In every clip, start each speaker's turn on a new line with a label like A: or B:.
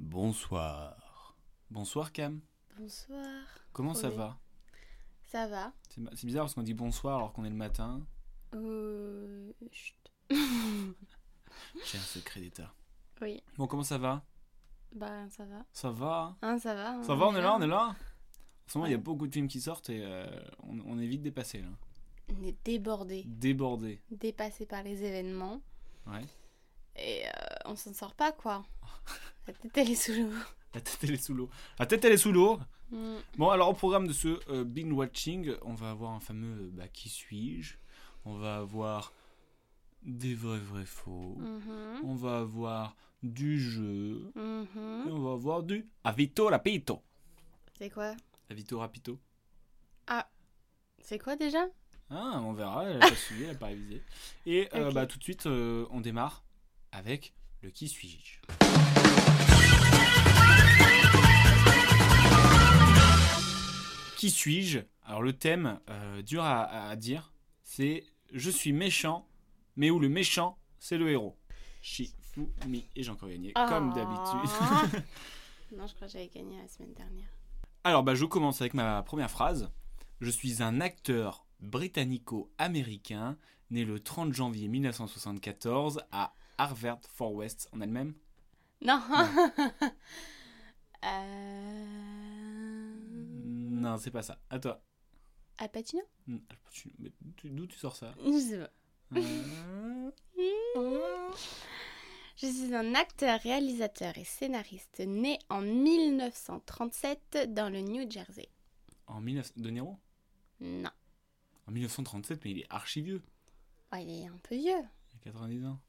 A: Bonsoir. Bonsoir Cam.
B: Bonsoir.
A: Comment ça va
B: Ça va.
A: C'est bizarre parce qu'on dit bonsoir alors qu'on est le matin.
B: Euh... Chut.
A: J'ai un secret d'état.
B: Oui.
A: Bon, comment ça va
B: Bah, ça va.
A: Ça va
B: Hein, ça va.
A: Ça va, on est là, on est là En ce moment, il y a beaucoup de films qui sortent et euh, on, on est vite dépassé là.
B: On est débordé.
A: Débordé.
B: Dépassé par les événements.
A: Ouais.
B: Et euh, on s'en sort pas, quoi. La tête, elle est sous l'eau.
A: La tête, elle est sous l'eau. La tête, elle est sous l'eau
B: Mm.
A: Bon, alors au programme de ce euh, binge watching, on va avoir un fameux euh, bah, qui suis-je On va avoir des vrais vrais faux.
B: Mhm.
A: On va avoir du jeu. Et
B: Mhm.
A: on va avoir du avito rapito.
B: C'est quoi
A: Avito rapito.
B: C'est quoi déjà
A: Ah, on verra, elle a pas suivi, elle a pas révisé. Et euh,
B: Ok.
A: bah, tout de suite, euh, on démarre avec le qui suis-je. Qui suis-je Alors le thème, euh, dur à, à dire, c'est je suis méchant, mais où le méchant, c'est le héros. Shifumi et j'ai encore gagné, comme
B: Ah.
A: d'habitude.
B: Non, je crois que j'avais gagné la semaine dernière.
A: Alors, bah, je commence avec ma première phrase. Je suis un acteur britannico-américain né le 30 janvier 1974 à Harvard for West en elle-même.
B: Non. euh...
A: Non, c'est pas ça. À toi.
B: Al Pacino
A: Hmm, Al Pacino. Mais tu- D'où tu sors ça
B: Je sais pas.
A: Euh,
B: Je suis un acteur, réalisateur et scénariste né en 1937 dans le New Jersey.
A: En 19... De Niro
B: Non.
A: En 1937, mais il est archi vieux.
B: Ah, il est un peu vieux.
A: Il a 90 ans.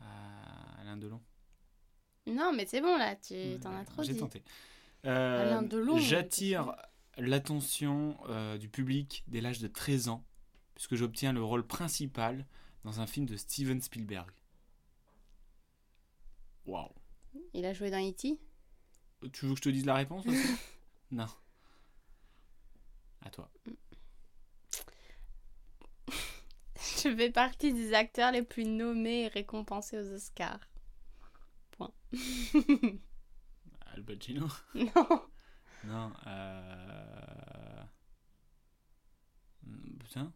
A: Ah, Alain Delon.
B: Non, mais c'est bon là, tu
A: Hmm,
B: t'en as trop
A: J'ai
B: dit. Ah,
A: tenté. Euh,
B: Alain Delon,
A: J'attire l'attention euh, du public dès l'âge de 13 ans, puisque j'obtiens le rôle principal dans un film de Steven Spielberg. Waouh.
B: Il a joué dans E E.T.
A: Tu veux que je te dise la réponse aussi Non. À toi.
B: Je fais partie des acteurs les plus nommés et récompensés aux Oscars.
A: Al Pacino
B: Non.
A: Non. Euh... hmm, Putain.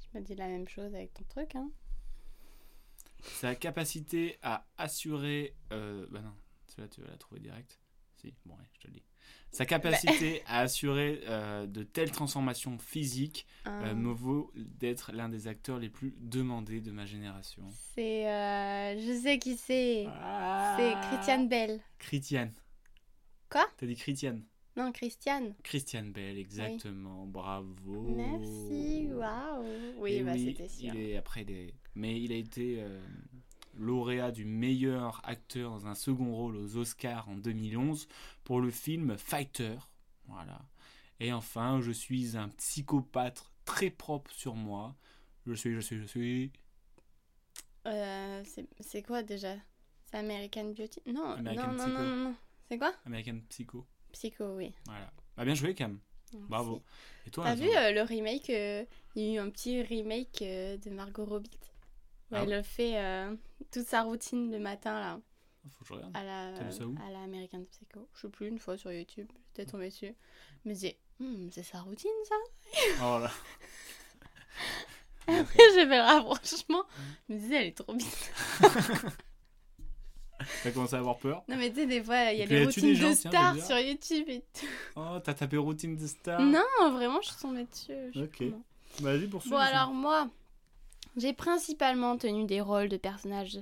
B: Je me dis la même chose avec ton truc, hein.
A: Sa capacité à assurer. euh, bah non, celle-là tu vas la trouver direct. Si, bon, ouais, je te le dis. Sa capacité
B: Bah.
A: à assurer euh, de telles transformations physiques euh,
B: Hein.
A: me vaut d'être l'un des acteurs les plus demandés de ma génération.
B: C'est. euh, Je sais qui c'est.
A: Ah.
B: C'est Christiane Bell.
A: Christiane.
B: Quoi
A: T'as dit Christiane.
B: Non, Christiane.
A: Christiane Bell, exactement. Bravo.
B: Merci, waouh.
A: Oh. Et
B: Oui, bah c'était sûr.
A: Il est, après, il est- mais il a été euh, lauréat du meilleur acteur dans un second rôle aux Oscars en 2011 pour le film Fighter. Voilà. Et enfin, je suis un psychopathe très propre sur moi. Je suis, je suis, je suis
B: Euh, c'est- c'est quoi déjà C'est American Beauty Non,
A: American
B: non, non,
A: Psycho.
B: non, non, non. C'est quoi
A: American Psycho.
B: Psycho, oui.
A: Voilà. Bah, bien joué, Cam.
B: Merci.
A: Bravo. Et toi,
B: T'as
A: Nathan
B: vu euh, le remake euh, Il y a eu un petit remake euh, de Margot Robbie. Où
A: Ah
B: elle fait euh, toute sa routine le matin, là,
A: Faut que je regarde.
B: à la,
A: T'as vu ça où
B: à la American Psycho. Je sais plus, une fois sur YouTube, j'étais tombée dessus. Je me disais, Hmm, c'est sa routine, ça
A: Oh là.
B: Après, j'ai fait le rapprochement. Je me disais, elle est trop bien.
A: T'as commencé à avoir peur.
B: Non, mais tu sais, des fois, il y
A: Et
B: a
A: puis,
B: des
A: elle tue des
B: routines
A: gens,
B: de
A: tiens,
B: stars
A: bizarre.
B: sur YouTube et tout.
A: Oh, t'as tapé routine de star.
B: Non, vraiment, je suis tombée dessus. euh, je
A: Ah.
B: sais
A: Ok.
B: plus comment.
A: Vas-y, poursuis.
B: Bon, alors moi, j'ai principalement tenu des rôles de personnages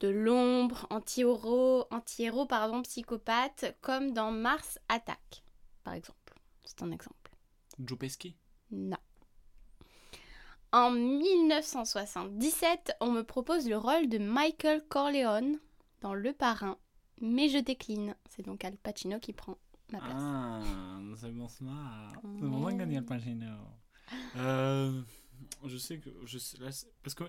B: de l'ombre, anti-héros, anti-héros, pardon, psychopathe, comme dans Mars Attack, par exemple. C'est un exemple.
A: Joe Pesci.
B: Non. En 1977, on me propose le rôle de Michael Corleone dans Le Parrain, mais je décline. C'est donc Al Pacino qui prend ma place.
A: Ah, c'est bon, c'est marrant. C'est pour
B: Ouais.
A: ça qu'on dit Al Pacino. Euh, je sais que. Je sais, là, c'est- parce que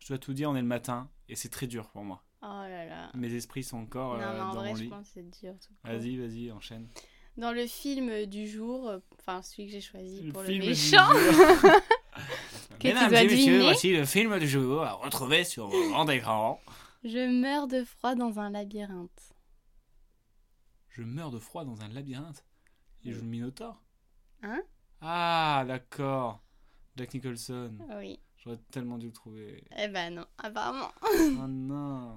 A: je dois tout dire, on est le matin et c'est très dur pour moi.
B: Oh là là.
A: Mes esprits sont encore
B: non,
A: euh,
B: mais en
A: dans
B: vrai,
A: mon
B: je
A: lit.
B: pense que c'est dur. tout court.
A: Vas-y, vas-y, enchaîne.
B: Dans le film du jour, euh, enfin celui que j'ai choisi pour le,
A: film du
B: méchant,
A: jour.
B: tu
A: Mesdames
B: dois
A: et messieurs,
B: deviner.
A: voici le film du jour à retrouver sur vos grands écrans.
B: je meurs de froid dans un labyrinthe.
A: Je meurs de froid dans un labyrinthe. Il joue le Minotaure.
B: Hein
A: Ah, d'accord. Jack Nicholson.
B: Oui.
A: J'aurais tellement dû le trouver.
B: Eh ben non, apparemment.
A: oh non.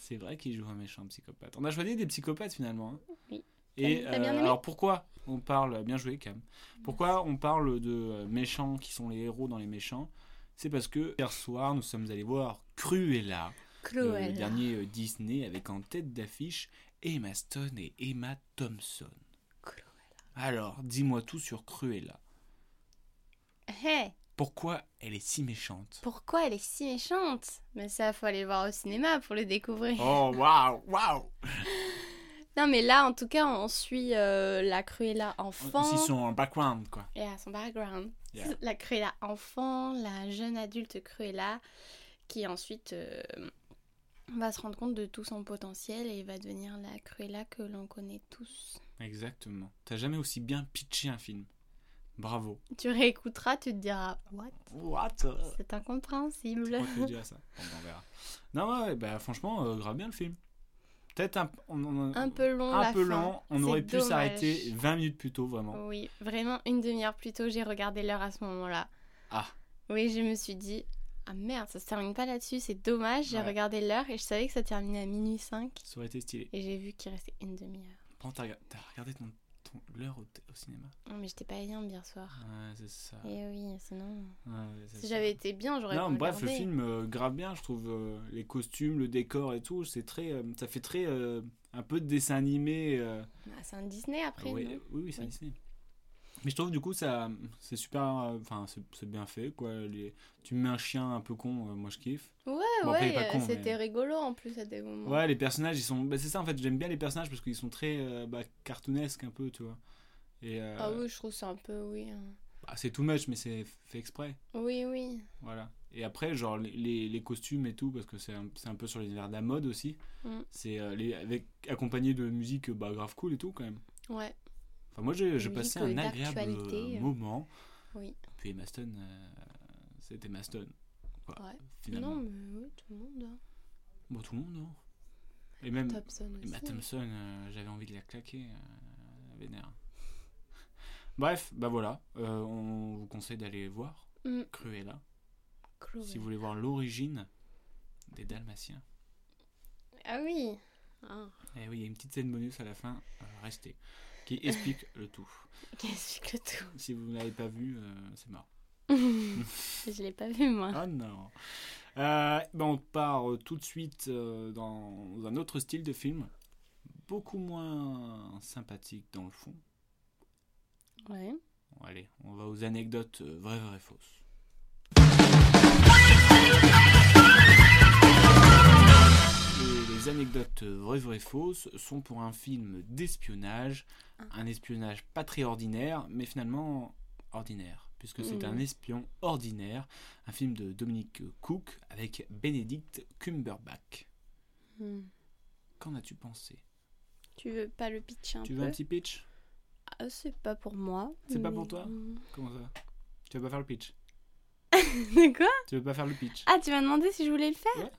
A: C'est vrai qu'il joue un méchant psychopathe. On a choisi des psychopathes finalement. hein.
B: Oui.
A: Et euh,
B: T'as- t'as bien aimé
A: alors pourquoi on parle bien joué Cam. Pourquoi on parle de euh, méchants qui sont les héros dans les méchants C'est parce que hier soir nous sommes allés voir Cruella, le- le
B: Cruel.
A: dernier euh, Disney avec en tête d'affiche Emma Stone et Emma Thompson.
B: Cruella.
A: Alors, dis-moi tout sur Cruella.
B: Hey,
A: Pourquoi elle est si méchante
B: pourquoi elle est si méchante Mais ça, faut aller le voir au cinéma pour le découvrir.
A: Oh waouh, waouh
B: Non, mais là, en tout cas, on suit euh, la Cruella enfant
A: Aussi son background quoi.
B: et à son background.
A: Yeah.
B: La Cruella enfant, la jeune adulte Cruella, qui ensuite euh, va se rendre compte de tout son potentiel et va devenir la Cruella que l'on connaît tous.
A: Exactement. T'as jamais aussi bien pitché un film. Bravo.
B: Tu réécouteras, tu te diras What
A: What
B: C'est incompréhensible.
A: Pourquoi tu dis ça Bon, ben, on verra. Non, ouais, bah, franchement, euh, grave bien le film. Peut-être un, on- on-
B: Un peu long,
A: un
B: la
A: peu
B: fin.
A: lent. On
B: C'est
A: aurait pu
B: dommage.
A: s'arrêter 20 minutes plus tôt, vraiment.
B: Oui, vraiment une demi-heure plus tôt, j'ai regardé l'heure à ce moment-là.
A: Ah.
B: Oui, je me suis dit, ah merde, ça se termine pas là-dessus, c'est dommage, j'ai
A: Ouais.
B: regardé l'heure et je savais que ça terminait à minuit 5
A: Ça aurait été stylé.
B: et j'ai vu qu'il restait une demi-heure.
A: Prends, T'as rega- t'as regardé ton, ton- l'heure au, t- au cinéma
B: Non, mais j'étais pas bien hier soir.
A: Ouais, c'est ça.
B: Eh oui, sinon.
A: Ouais, ouais, Ah. c'est
B: Ah. Si
A: ça.
B: j'avais été bien, j'aurais
A: Non,
B: pas
A: bref, le
B: regardé.
A: film euh, grave bien, je trouve. euh, les costumes, le décor et tout, c'est très, euh, ça fait très euh, un peu de dessin animé. euh,
B: Bah, c'est un Disney après.
A: oui,
B: non
A: oui, oui, c'est
B: Oui.
A: Disney. Mais je trouve du coup ça c'est super euh, enfin c'est- c'est bien fait quoi les tu mets un chien un peu con euh, moi je kiffe.
B: Ouais,
A: Bon, après, il est
B: ouais,
A: pas
B: euh,
A: con, mais-
B: c'était rigolo en plus à des moments.
A: Ouais, les personnages ils sont bah, c'est ça en fait, j'aime bien les personnages parce qu'ils sont très euh, bah, cartoonesques un peu, tu vois. Et euh,
B: Ah oui, je trouve ça un peu, oui. hein.
A: bah, c'est too much mais c'est fait exprès,
B: Oui, oui.
A: voilà. Et après genre les, les, les costumes et tout parce que c'est un, c'est un peu sur l'univers de la mode aussi.
B: Mm.
A: C'est euh, les avec accompagné de musique bah grave cool et tout quand même.
B: Ouais,
A: Enfin moi j'ai j'ai
B: Musique,
A: passé
B: euh,
A: un agréable
B: d'actualité,
A: euh,
B: euh.
A: moment.
B: oui.
A: Puis Emma Stone, euh, c'était Emma Stone. Quoi,
B: Ouais.
A: Bah, Finalement.
B: Non, mais oui, tout le monde. hein.
A: Bon, tout le monde, non Mm. Et même
B: Thompson aussi.
A: Emma Thompson, euh, j'avais envie de la claquer, euh, vénère. Bref, bah voilà, euh, on vous conseille d'aller voir
B: Mm.
A: Cruella,
B: Chloé.
A: si vous voulez voir l'origine des Dalmatiens.
B: Ah oui. Ah.
A: Et oui, il y a une petite scène bonus à la fin, euh, restez, qui explique le tout.
B: Mm. Qu'est-ce que tout
A: Si vous ne l'avez pas vu, euh, c'est mort.
B: Je l'ai pas vu moi.
A: Ah non. Euh, ben on part euh, tout de suite euh, dans un autre style de film, beaucoup moins sympathique dans le fond. Ah.
B: Ouais.
A: Bon, allez, on va aux anecdotes euh, vraies, vraies, fausses. Et les anecdotes euh, vraies, vraies, fausses sont pour un film d'espionnage,
B: Ah.
A: un espionnage pas très ordinaire, mais finalement ordinaire, puisque c'est
B: Mhm.
A: un espion ordinaire, un film de Dominique Cook avec Benedict Cumberbatch.
B: Hmm.
A: Qu'en as-tu pensé
B: Tu veux pas le pitcher un
A: Tu
B: peu
A: veux un petit pitch
B: Ah, C'est pas pour moi.
A: C'est pas
B: mais- hmm.
A: pour toi Comment ça Tu veux pas faire le pitch
B: De quoi
A: Tu veux pas faire le pitch
B: Ah, tu m'as demandé si je voulais le faire
A: Ouais.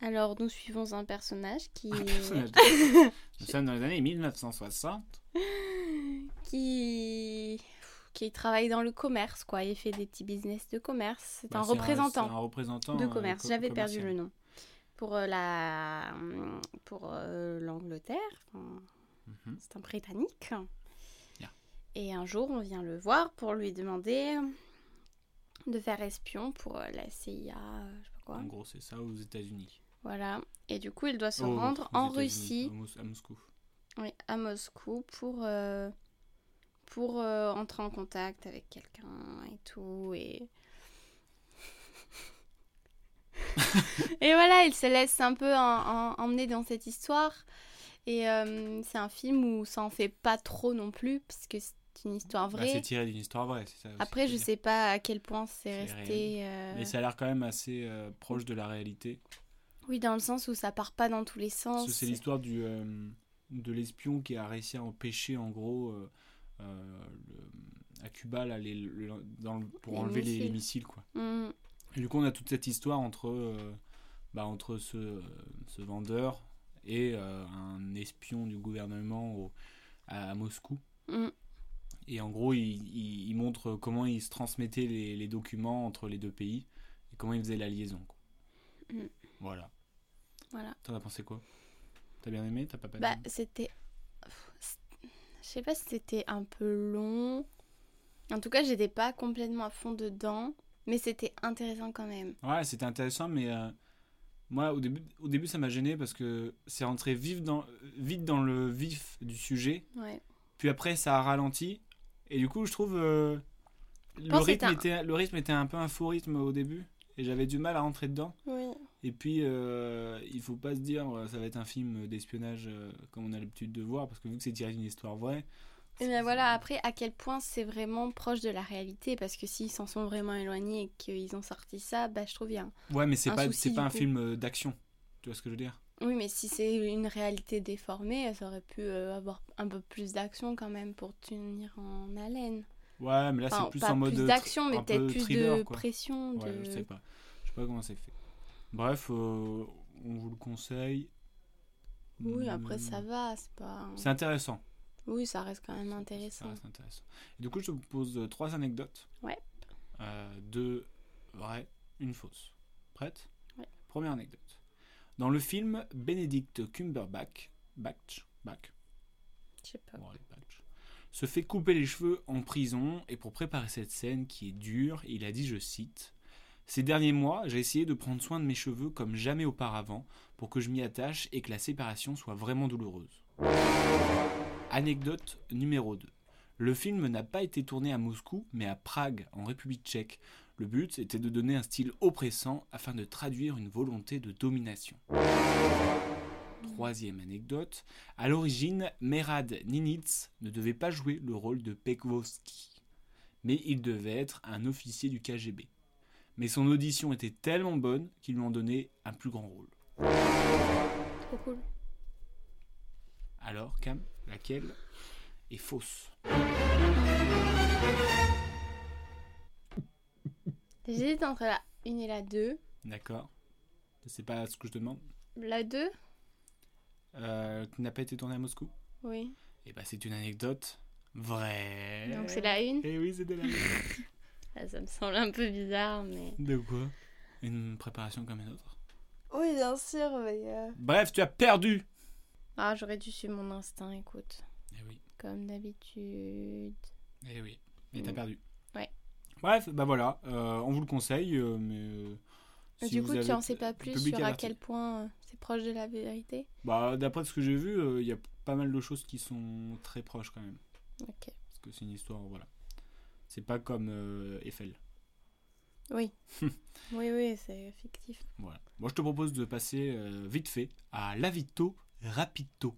B: Alors, nous suivons un personnage qui.
A: Un personnage. Nous sommes dans les années 1960.
B: qui. qui travaille dans le commerce, quoi. Il fait des petits business de commerce. C'est
A: Bah,
B: un
A: c'est
B: représentant
A: un représentant
B: de
A: euh,
B: commerce.
A: co-
B: J'avais perdu
A: commercial.
B: le nom. Pour euh, la. hum, pour euh, l'Angleterre. enfin,
A: Mhm.
B: C'est un Britannique.
A: Yeah.
B: Et un jour, on vient le voir pour lui demander de faire espion pour euh, la CIA, euh, je sais pas quoi.
A: En gros, c'est ça aux États-Unis.
B: Voilà. Et du coup, il doit se
A: Aux-
B: rendre
A: aux
B: en
A: Oh, États-Unis,
B: Russie,
A: à Mos- à Moscou.
B: oui, à Moscou, pour, euh, pour euh, entrer en contact avec quelqu'un et tout. Et, et voilà, il se laisse un peu en- en- emmener dans cette histoire. Et euh, c'est un film où ça en fait pas trop non plus, parce que c'est une histoire
A: Bah,
B: vraie.
A: c'est tiré d'une histoire vraie, c'est ça. aussi
B: Après, je
A: qu'il faut
B: sais pas à quel point c'est
A: C'est
B: resté. euh,
A: dire. Mais ça a l'air quand même assez euh, proche de la réalité.
B: Oui, dans le sens où ça part pas dans tous les
A: Parce
B: sens.
A: que c'est l'histoire du euh, de l'espion qui a réussi à empêcher en gros euh, euh, le- à Cuba là, les- le- dans le- pour
B: Les
A: enlever les- les
B: missiles.
A: missiles quoi.
B: Mm.
A: Et du coup, on a toute cette histoire entre, euh, bah, entre ce, euh, ce vendeur et euh, un espion du gouvernement au- à, à Moscou.
B: Mm.
A: Et en gros, il, il- il montre comment ils se transmettaient les, les documents entre les deux pays et comment ils faisaient la liaison. quoi.
B: Mm.
A: Voilà.
B: Voilà.
A: T'en as pensé quoi T'as bien aimé T'as pas pas
B: Bah,
A: aimé
B: c'était. Pff, c'est- Je sais pas si c'était un peu long. En tout cas, j'étais pas complètement à fond dedans, mais c'était intéressant quand même.
A: Ouais, c'était intéressant, mais euh, moi, au début, au début, ça m'a gêné parce que c'est rentré vif dans, vite dans le vif du sujet.
B: Ouais.
A: Puis après, ça a ralenti. Et du coup, je trouve euh, le,
B: pense que
A: rythme
B: t'as-
A: était, le rythme était un peu un faux rythme au début. Et j'avais du mal à rentrer dedans.
B: Oui.
A: Et puis, euh, il faut pas se dire euh, ça va être un film d'espionnage euh, comme on a l'habitude de voir. Parce que vu que c'est tiré d'une histoire vraie.
B: Et
A: c'est-
B: Eh bien voilà, après, à quel point c'est vraiment proche de la réalité, parce que s'ils s'en sont vraiment éloignés et qu'ils ont sorti ça, bah je trouve bien.
A: Ouais, mais c'est
B: un
A: pas,
B: souci,
A: c'est
B: du
A: pas un
B: coup.
A: film euh, d'action. Tu vois ce que je veux dire
B: Oui, mais si c'est une réalité déformée, ça aurait pu euh, avoir un peu plus d'action quand même pour tenir en haleine.
A: Ouais, mais là,
B: Enfin,
A: Ah, c'est plus
B: pas
A: en mode.
B: plus
A: thr-
B: d'action,
A: un
B: mais
A: peu
B: peut-être plus de
A: thriller, quoi.
B: pression.
A: Ouais,
B: de...
A: je sais pas. Je sais pas comment c'est fait. Bref, euh, on vous le conseille.
B: Oui, après
A: Hmm.
B: ça va, c'est pas.
A: C'est intéressant.
B: Oui, ça reste quand même
A: Ça
B: intéressant.
A: reste intéressant. Et du coup, je te propose euh, trois anecdotes.
B: Ouais.
A: Euh, deux vraies, une fausse. Prête
B: Ouais.
A: Première anecdote. Dans le film, Benedict Cumberbatch, Batch, Batch,
B: Je sais pas.
A: bon, allez, Batch, se fait couper les cheveux en prison et pour préparer cette scène qui est dure, il a dit, je cite, Ces derniers mois, j'ai essayé de prendre soin de mes cheveux comme jamais auparavant pour que je m'y attache et que la séparation soit vraiment douloureuse. Anecdote numéro 2. Le film n'a pas été tourné à Moscou, mais à Prague, en République tchèque. Le but était de donner un style oppressant afin de traduire une volonté de domination. Troisième anecdote. À l'origine, Merad Ninitz ne devait pas jouer le rôle de Pekvoski, mais il devait être un officier du KGB. Mais son audition était tellement bonne qu'ils lui ont donné un plus grand rôle.
B: Trop cool.
A: Alors, Cam, laquelle est fausse
B: J'hésite entre la 1 et la 2.
A: D'accord C'est pas ce que je demande.
B: La 2
A: Euh, qui n'a pas été tourné à Moscou
B: Oui.
A: Eh ben, c'est une anecdote vraie.
B: Donc c'est la 1.
A: Eh oui, c'était la
B: ça me semble un peu bizarre, mais.
A: De quoi Une préparation comme une autre.
B: Oui, bien sûr, mais. euh,
A: Bref, tu as perdu
B: Ah, j'aurais dû suivre mon instinct, écoute.
A: Eh oui,
B: Comme d'habitude.
A: eh oui. Mais t'as
B: Mm.
A: perdu.
B: Ouais.
A: Bref, bah voilà, euh, on vous le conseille, euh, mais... euh,
B: Mais
A: si
B: du
A: vous
B: coup, tu
A: avez-
B: en sais pas
A: le
B: plus
A: public
B: sur à
A: averti.
B: quel point euh, c'est proche de la vérité
A: Bah, d'après ce que j'ai vu, il y a pas mal de choses qui sont très proches quand même.
B: Ok.
A: Parce que c'est une histoire, voilà. C'est pas comme euh, Eiffel.
B: Oui. oui, oui, c'est fictif.
A: Voilà. Moi, je te propose de passer euh, vite fait à l'avito rapito.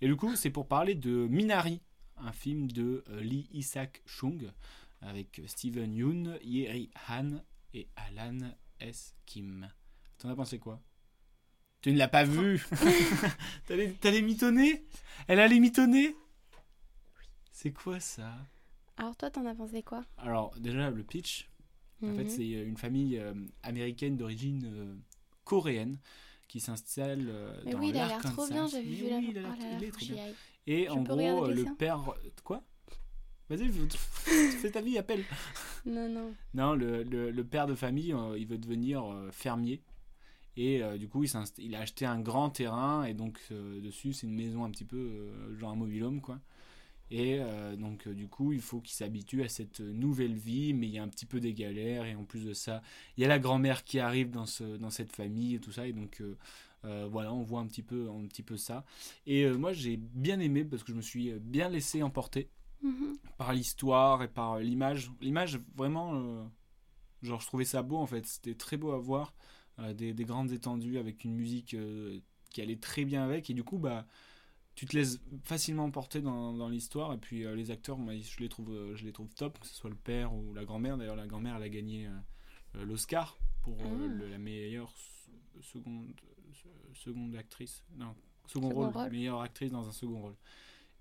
A: Et du coup, c'est pour parler de Minari, un film de euh, Lee Isaac Chung avec Steven Yeun, Yeri Han et Alan S. Kim. T'en as pensé quoi Tu ne l'as pas vu T'as les- T'as les mitonnés Elle a les mitonnés C'est quoi ça
B: Alors, toi, t'en as pensé quoi
A: Alors, déjà, le pitch, en fait,
B: Mhm.
A: c'est euh, une famille euh, américaine d'origine euh, coréenne qui s'installe euh,
B: Mais
A: dans
B: oui, il a l'air
A: l'Arkansas.
B: trop bien, j'avais
A: Mais
B: vu la.
A: oui, il a l'air-
B: oh là
A: il
B: là,
A: est
B: faut
A: trop
B: que j'y
A: bien.
B: aille.
A: Et
B: Je
A: en
B: peux
A: gros,
B: regarder
A: le
B: ça
A: père... Quoi Vas-y, vous- fais ta vie, appelle.
B: Non, non.
A: Non, le, le- le père de famille, euh, il veut devenir euh, fermier. Et euh, du coup, il, s'inst- il a acheté un grand terrain. Et donc, euh, dessus, c'est une maison un petit peu euh, genre un mobilhome, quoi. Et euh, donc, euh, du coup, il faut qu'il s'habitue à cette nouvelle vie. Mais il y a un petit peu des galères. Et en plus de ça, il y a la grand-mère qui arrive dans, ce, dans cette famille et tout ça. Et donc, euh, Euh, voilà, on voit un petit peu, un petit peu ça. Et euh, moi, j'ai bien aimé parce que je me suis euh, bien laissé emporter
B: Mhm.
A: par l'histoire et par euh, l'image. L'image, vraiment, euh, genre, je trouvais ça beau en fait. C'était très beau à voir. euh, des, des grandes étendues avec une musique euh, qui allait très bien avec. Et du coup, bah, tu te laisses facilement emporter dans, dans l'histoire. Et puis, euh, les acteurs, moi, je, les trouve, euh, je les trouve top, que ce soit le père ou la grand-mère. D'ailleurs, la grand-mère, elle a gagné euh, euh, l'Oscar pour euh,
B: Ah.
A: le- la meilleure s- seconde, se- seconde actrice. Non, second,
B: Second
A: rôle,
B: rôle.
A: meilleure actrice dans un second rôle.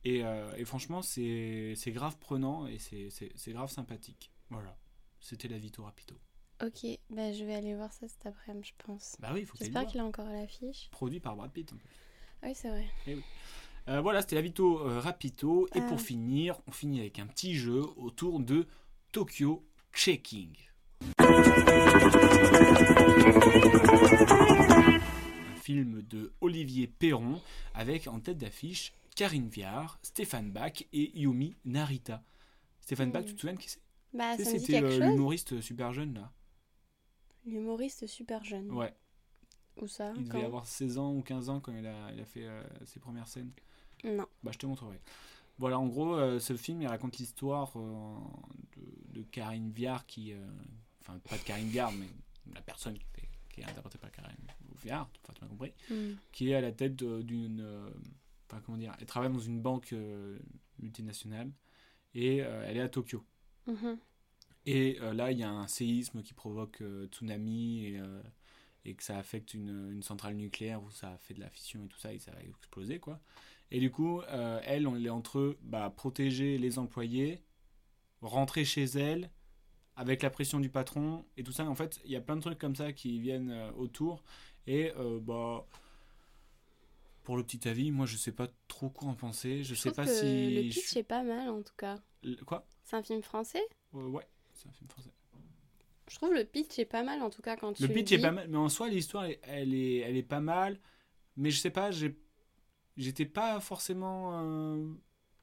A: Et, euh, et franchement, c'est c'est grave prenant et c'est- c'est c'est grave sympathique. Voilà. C'était la Vito Rapito.
B: Ok, bah, je vais aller voir ça cet après-midi, je pense.
A: Bah oui, il faut que t'ailles le
B: J'espère
A: voir.
B: qu'il a encore à l'affiche.
A: Produit par Brad Pitt. en plus.
B: Ah oui, c'est vrai.
A: Euh, voilà, c'était la Vito euh, Rapito. Et
B: Ah.
A: pour finir, on finit avec un petit jeu autour de Tokyo Checking. Un film de Olivier Perron avec en tête d'affiche Karine Viard, Stéphane Bach et Yumi Narita. Stéphane Bach,
B: Hmm.
A: tu te souviens qui c'est
B: Bah,
A: Tu sais,
B: ça me dit
A: C'était
B: quelque
A: euh,
B: chose.
A: l'humoriste super jeune là.
B: L'humoriste super jeune.
A: Ouais,
B: Ou ça
A: il
B: quand
A: devait avoir 16 ans ou 15 ans quand il a, il a fait euh, ses premières scènes.
B: Non.
A: Bah, je te montrerai. Voilà, en gros, euh, ce film, il raconte l'histoire euh, de, de Karine Viard qui... euh, Enfin, pas de Karine Viard, mais la personne qui, fait- qui est interprétée par Karine Viard, enfin, tu m'as compris,
B: Hmm.
A: qui est à la tête euh, d'une... euh, Enfin, comment dire Elle travaille dans une banque euh, multinationale et euh, elle est à Tokyo.
B: Mhm.
A: Et euh, là, il y a un séisme qui provoque euh, tsunami et, euh, et que ça affecte une, une centrale nucléaire où ça fait de la fission et tout ça et ça va exploser quoi. Et du coup, euh, elle, on est entre eux, bah, protéger les employés, rentrer chez elle avec la pression du patron et tout ça. En fait, il y a plein de trucs comme ça qui viennent euh, autour et euh, bah. Pour le petit avis, moi je sais pas trop quoi en penser. Je,
B: Je
A: sais
B: trouve
A: pas
B: que
A: si.
B: le
A: je
B: pitch
A: suis-
B: est pas mal en tout cas.
A: Le- Quoi
B: C'est un film français
A: Euh, Ouais, c'est un film français.
B: Je trouve le pitch est pas mal en tout cas quand tu
A: Le
B: le
A: pitch
B: dis.
A: est pas mal, mais en soi, l'histoire, elle- elle est, elle est pas mal. Mais je sais pas, j'ai- j'étais pas forcément. euh,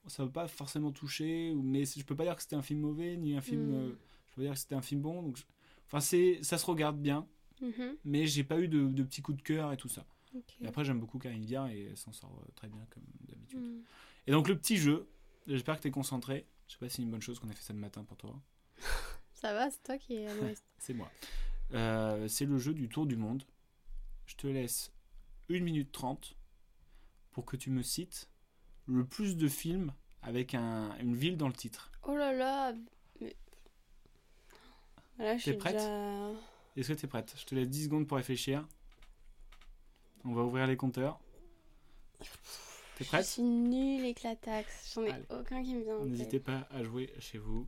A: ça m'a pas forcément touché, ou- mais je peux pas dire que c'était un film mauvais, ni un film.
B: Mm.
A: euh, je peux pas dire que c'était un film bon. Donc je- Enfin, c'est- ça se regarde bien,
B: Mhm.
A: mais j'ai pas eu de, de petits coups de cœur et tout ça.
B: Ok.
A: Et après, j'aime beaucoup Karine Viard et elle s'en sort euh, très bien, comme d'habitude.
B: Hmm.
A: Et donc, le petit jeu, j'espère que t'es concentré. Je sais pas si c'est une bonne chose qu'on ait fait ça le matin pour toi.
B: Ça va, c'est toi qui es à l'ouest.
A: C'est moi. Euh, c'est le jeu du tour du monde. Je te laisse 1 minute 30 pour que tu me cites le plus de films avec un- une ville dans le titre.
B: oh là là mais... Là, je
A: T'es
B: suis
A: prête
B: déjà...
A: Est-ce que tu es prête Je te laisse 10 secondes pour réfléchir. On va ouvrir les compteurs. T'es
B: Je
A: prête
B: suis nulle éclataxe. J'en ai
A: Allez.
B: aucun qui me vient en tête.
A: N'hésitez pas à jouer chez vous.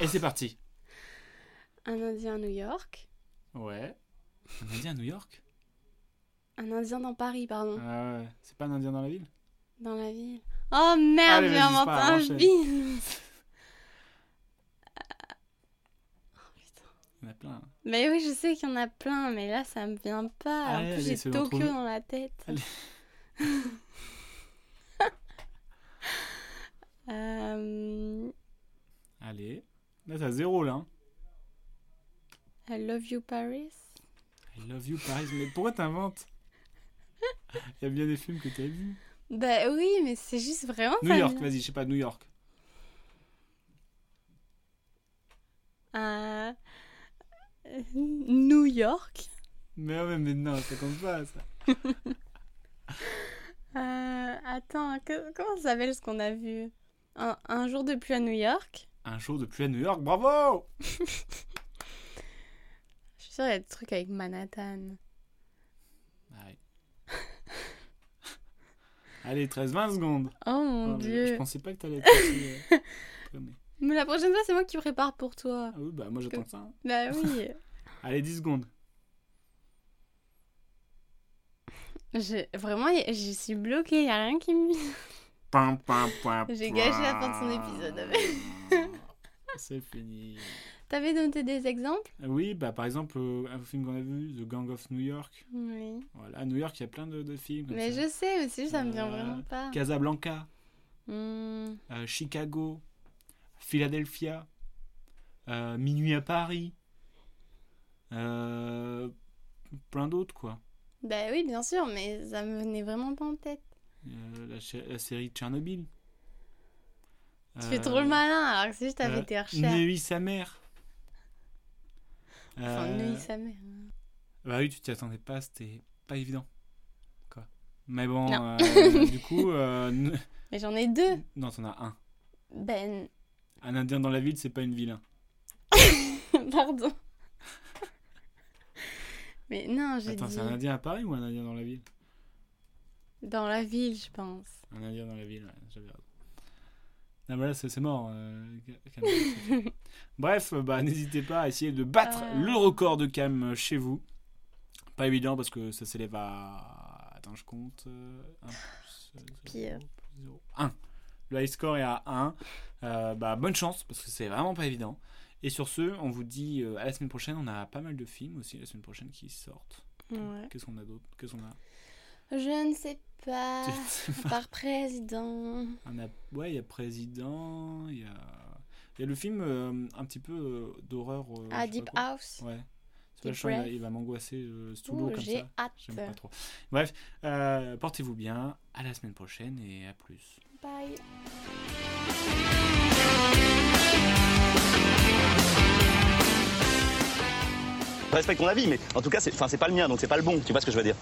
A: Et c'est parti
B: Un Indien à New York.
A: Ouais. Un Indien à New York
B: Un Indien dans Paris, pardon.
A: Ah ouais. C'est pas un Indien dans la ville
B: Dans la ville. Oh merde,
A: Allez,
B: j'ai
A: vas-y, c'est
B: inventé
A: pas grave,
B: un
A: enchaîne.
B: business.
A: Il y en a plein.
B: Mais oui, je sais qu'il y en a plein, mais là, ça me vient pas.
A: Allez,
B: en
A: allez,
B: plus,
A: c'est
B: j'ai
A: bon,
B: Tokyo
A: trouve-
B: dans la tête.
A: Allez.
B: Euh,
A: Allez. Là, t'as zéro là. hein.
B: I love you, Paris.
A: I love you Paris, mais pourquoi t'inventes Il y a bien des films que t'as vus.
B: Bah oui, mais c'est juste vraiment
A: New
B: ça me
A: York,
B: vient.
A: vas-y, je sais pas, New York.
B: Euh, euh, New York.
A: Mais ouais, mais non, ça compte pas ça.
B: Euh, attends, que- comment ça s'appelle ce qu'on a vu un, un jour de pluie à New York.
A: Un jour de pluie à New York, bravo
B: Je suis sûre qu'il y a des trucs avec Manhattan.
A: Allez. Allez, 13-20 secondes.
B: Oh mon
A: Oh, mais Je
B: dieu.
A: pensais pas que t'allais être aussi. euh, premier.
B: Mais la prochaine fois, c'est moi qui prépare pour toi.
A: Ah oui, bah moi j'attends ça. hein.
B: Bah oui.
A: Allez, 10 secondes.
B: Je- Vraiment, y- je suis bloquée, y a rien qui me.
A: Pam, pam, pam,
B: J'ai
A: pam.
B: gâché la fin de son épisode
A: Ah, C'est fini.
B: T'avais noté des exemples
A: Oui, bah par exemple, euh, un film qu'on a vu, The Gang of New York.
B: Oui.
A: Voilà, à New York, il y a plein de, de films. comme
B: Mais
A: ça.
B: je sais, mais c'est juste, ça me vient
A: Euh,
B: vraiment pas.
A: Casablanca,
B: Hmm.
A: euh, Chicago, Philadelphia, euh, Minuit à Paris, euh, plein d'autres quoi.
B: Bah oui, bien sûr, mais ça me venait vraiment pas en tête.
A: Euh, la, cha- la série Tchernobyl.
B: Tu fais
A: Euh,
B: trop le malin alors que c'est juste
A: euh,
B: t'avais tes recherches.
A: Neuilly sa mère.
B: Enfin,
A: Euh,
B: Neuilly, sa mère.
A: Bah oui, tu t'y attendais pas, c'était pas évident. Quoi. Mais bon,
B: Non.
A: euh, du coup, euh, n-
B: Mais j'en ai deux.
A: non, t'en as un.
B: Ben,
A: Un indien dans la ville, c'est pas une ville. hein.
B: pardon. mais non, j'ai
A: Attends,
B: dit
A: c'est un indien à Paris ou un indien dans la ville
B: dans la ville, je pense.
A: Un indien dans la ville, ouais, j'avais raison. Ah bah là, c'est c'est mort. euh, Cam, c'est fait. Bref, bah, n'hésitez pas à essayer de battre
B: Ah.
A: le record de Cam euh, chez vous. Pas évident parce que ça s'élève à... Attends, je compte. 1 plus
B: Pire.
A: 0, 1. Le high score est à 1. Euh, bah, bonne chance parce que c'est vraiment pas évident. Et sur ce, on vous dit euh, à la semaine prochaine. On a pas mal de films aussi la semaine prochaine qui sortent.
B: Ouais.
A: Qu'est-ce qu'on a d'autre Qu'est-ce qu'on a
B: Je ne sais pas.
A: Je ne sais pas.
B: Par président.
A: On a- ouais, il y a Président, il y a... il y a le film euh, un petit peu euh, d'horreur. euh, je
B: Ah,
A: sais
B: Deep
A: pas quoi.
B: House.
A: Ouais. C'est vachement, il, va- il va m'angoisser euh, sous l'eau
B: Ouh,
A: comme
B: J'ai
A: ça. J'aime pas
B: hâte.
A: trop. Bref, euh, portez-vous bien, à la semaine prochaine et à plus.
B: Bye.
C: Je respecte ton avis, mais en tout cas, c'est enfin, c'est pas le mien, donc c'est pas le bon. Tu vois ce que je veux dire